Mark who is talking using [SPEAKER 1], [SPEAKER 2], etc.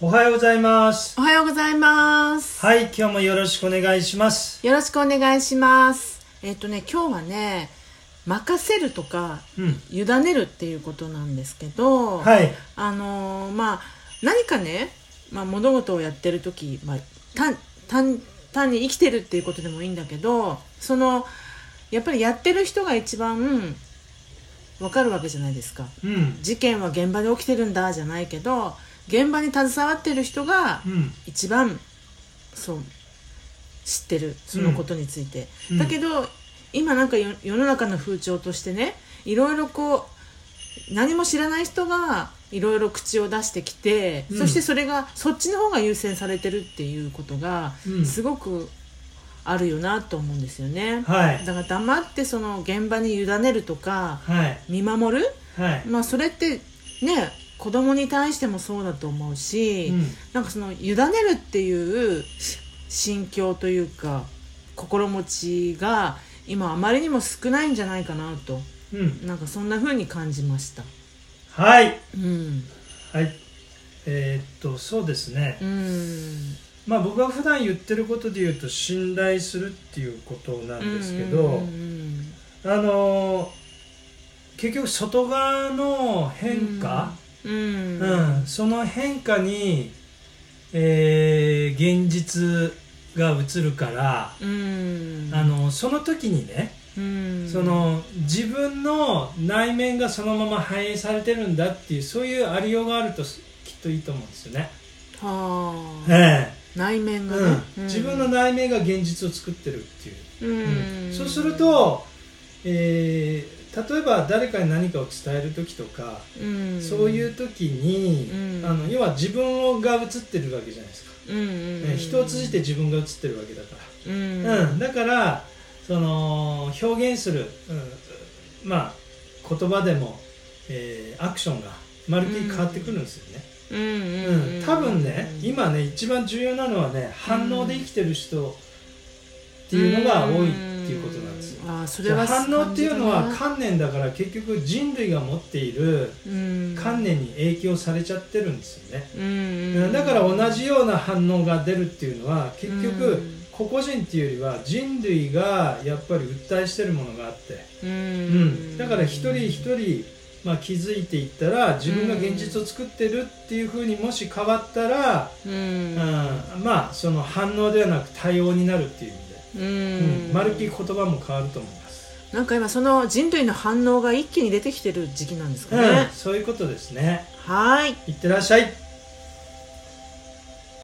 [SPEAKER 1] おはようございます
[SPEAKER 2] おはようございます。
[SPEAKER 1] はい今日もよろしくお願いします
[SPEAKER 2] よろしくお願いします。えっ、とね、今日はね、任せるとか、
[SPEAKER 1] うん
[SPEAKER 2] 委ねるっていうことなんですけど、
[SPEAKER 1] はい
[SPEAKER 2] あのーまあ、何かね、まあ、物事をやってる時、まあ、単、単、単に生きてるっていうことでもいいんだけど、その、やっぱりやってる人が一番、わかるわけじゃないですか。
[SPEAKER 1] うん
[SPEAKER 2] 事件は現場で起きてるんだじゃないけど現場に携わってる人が
[SPEAKER 1] うん
[SPEAKER 2] 一番そう知ってるそのことについて、
[SPEAKER 1] うん
[SPEAKER 2] だけど今なんかよ世の中の風潮としてねいろいろこう何も知らない人がいろいろ口を出してきて、
[SPEAKER 1] うん
[SPEAKER 2] そしてそれがそっちの方が優先されてるっていうことが
[SPEAKER 1] うん
[SPEAKER 2] すごくあるよなと思うんですよね、
[SPEAKER 1] はい
[SPEAKER 2] だから黙ってその現場に委ねるとか
[SPEAKER 1] はい
[SPEAKER 2] 見守る
[SPEAKER 1] はい
[SPEAKER 2] まあそれってね子供に対してもそうだと思うし、
[SPEAKER 1] うん
[SPEAKER 2] なんかその委ねるっていうし心境というか心持ちが今あまりにも少ないんじゃないかなと
[SPEAKER 1] うん
[SPEAKER 2] なんかそんな風に感じました
[SPEAKER 1] はい
[SPEAKER 2] うん
[SPEAKER 1] はいえーっとそうですね
[SPEAKER 2] うん
[SPEAKER 1] まあ僕が普段言ってることで言うと信頼するっていうことなんですけど、
[SPEAKER 2] うん
[SPEAKER 1] あのー結局外側の変化、
[SPEAKER 2] うんうん
[SPEAKER 1] うんその変化に、えー現実が映るから、
[SPEAKER 2] うん
[SPEAKER 1] あのその時にね、
[SPEAKER 2] うん
[SPEAKER 1] その自分の内面がそのまま反映されてるんだっていうそういうありようがあるとすきっといいと思うんですよね。
[SPEAKER 2] はあ
[SPEAKER 1] え
[SPEAKER 2] 内面
[SPEAKER 1] え
[SPEAKER 2] が
[SPEAKER 1] う
[SPEAKER 2] ね
[SPEAKER 1] ん、自分の内面が現実を作ってるっていう。
[SPEAKER 2] うん
[SPEAKER 1] そうする、と、えー例えば誰かに何かを伝える時とか、
[SPEAKER 2] うん、
[SPEAKER 1] そういう時に、
[SPEAKER 2] うん
[SPEAKER 1] あの要は自分が映ってるわけじゃないですか、
[SPEAKER 2] うんうんうん
[SPEAKER 1] ね人を通じて自分が映ってるわけだから。
[SPEAKER 2] うん
[SPEAKER 1] うん、だからその表現する、うん、まあ言葉でも、えーアクションがまるっきり変わってくるんですよね、
[SPEAKER 2] うんうん
[SPEAKER 1] う
[SPEAKER 2] うん
[SPEAKER 1] ん多分ね
[SPEAKER 2] うん
[SPEAKER 1] 今ね一番重要なのはね反応で生きてる人っていうのが多いっていうことなんですよ、
[SPEAKER 2] うんあーそれは
[SPEAKER 1] 反応っていうのは
[SPEAKER 2] 感じ
[SPEAKER 1] 観念だから結局人類が持っている
[SPEAKER 2] たな
[SPEAKER 1] 観念に影響されちゃってるんですよね、
[SPEAKER 2] うんうん
[SPEAKER 1] うんだから同じような反応が出るっていうのは結局、
[SPEAKER 2] うん
[SPEAKER 1] 個々人っていうよりは人類がやっぱり訴えしてるものがあって、
[SPEAKER 2] うん
[SPEAKER 1] うん、だから一人一人、まあ、気づいていったら自分が現実を作ってるっていうふうにもし変わったら、
[SPEAKER 2] うん
[SPEAKER 1] うんまあその反応ではなく対応になるっていう意味で、
[SPEAKER 2] うん
[SPEAKER 1] うん、まるっきり言葉も変わると思います、
[SPEAKER 2] なんか今その人類の反応が一気に出てきてる時期なんですか
[SPEAKER 1] うん
[SPEAKER 2] ね、
[SPEAKER 1] そういうことですね
[SPEAKER 2] はーい
[SPEAKER 1] いってらっしゃい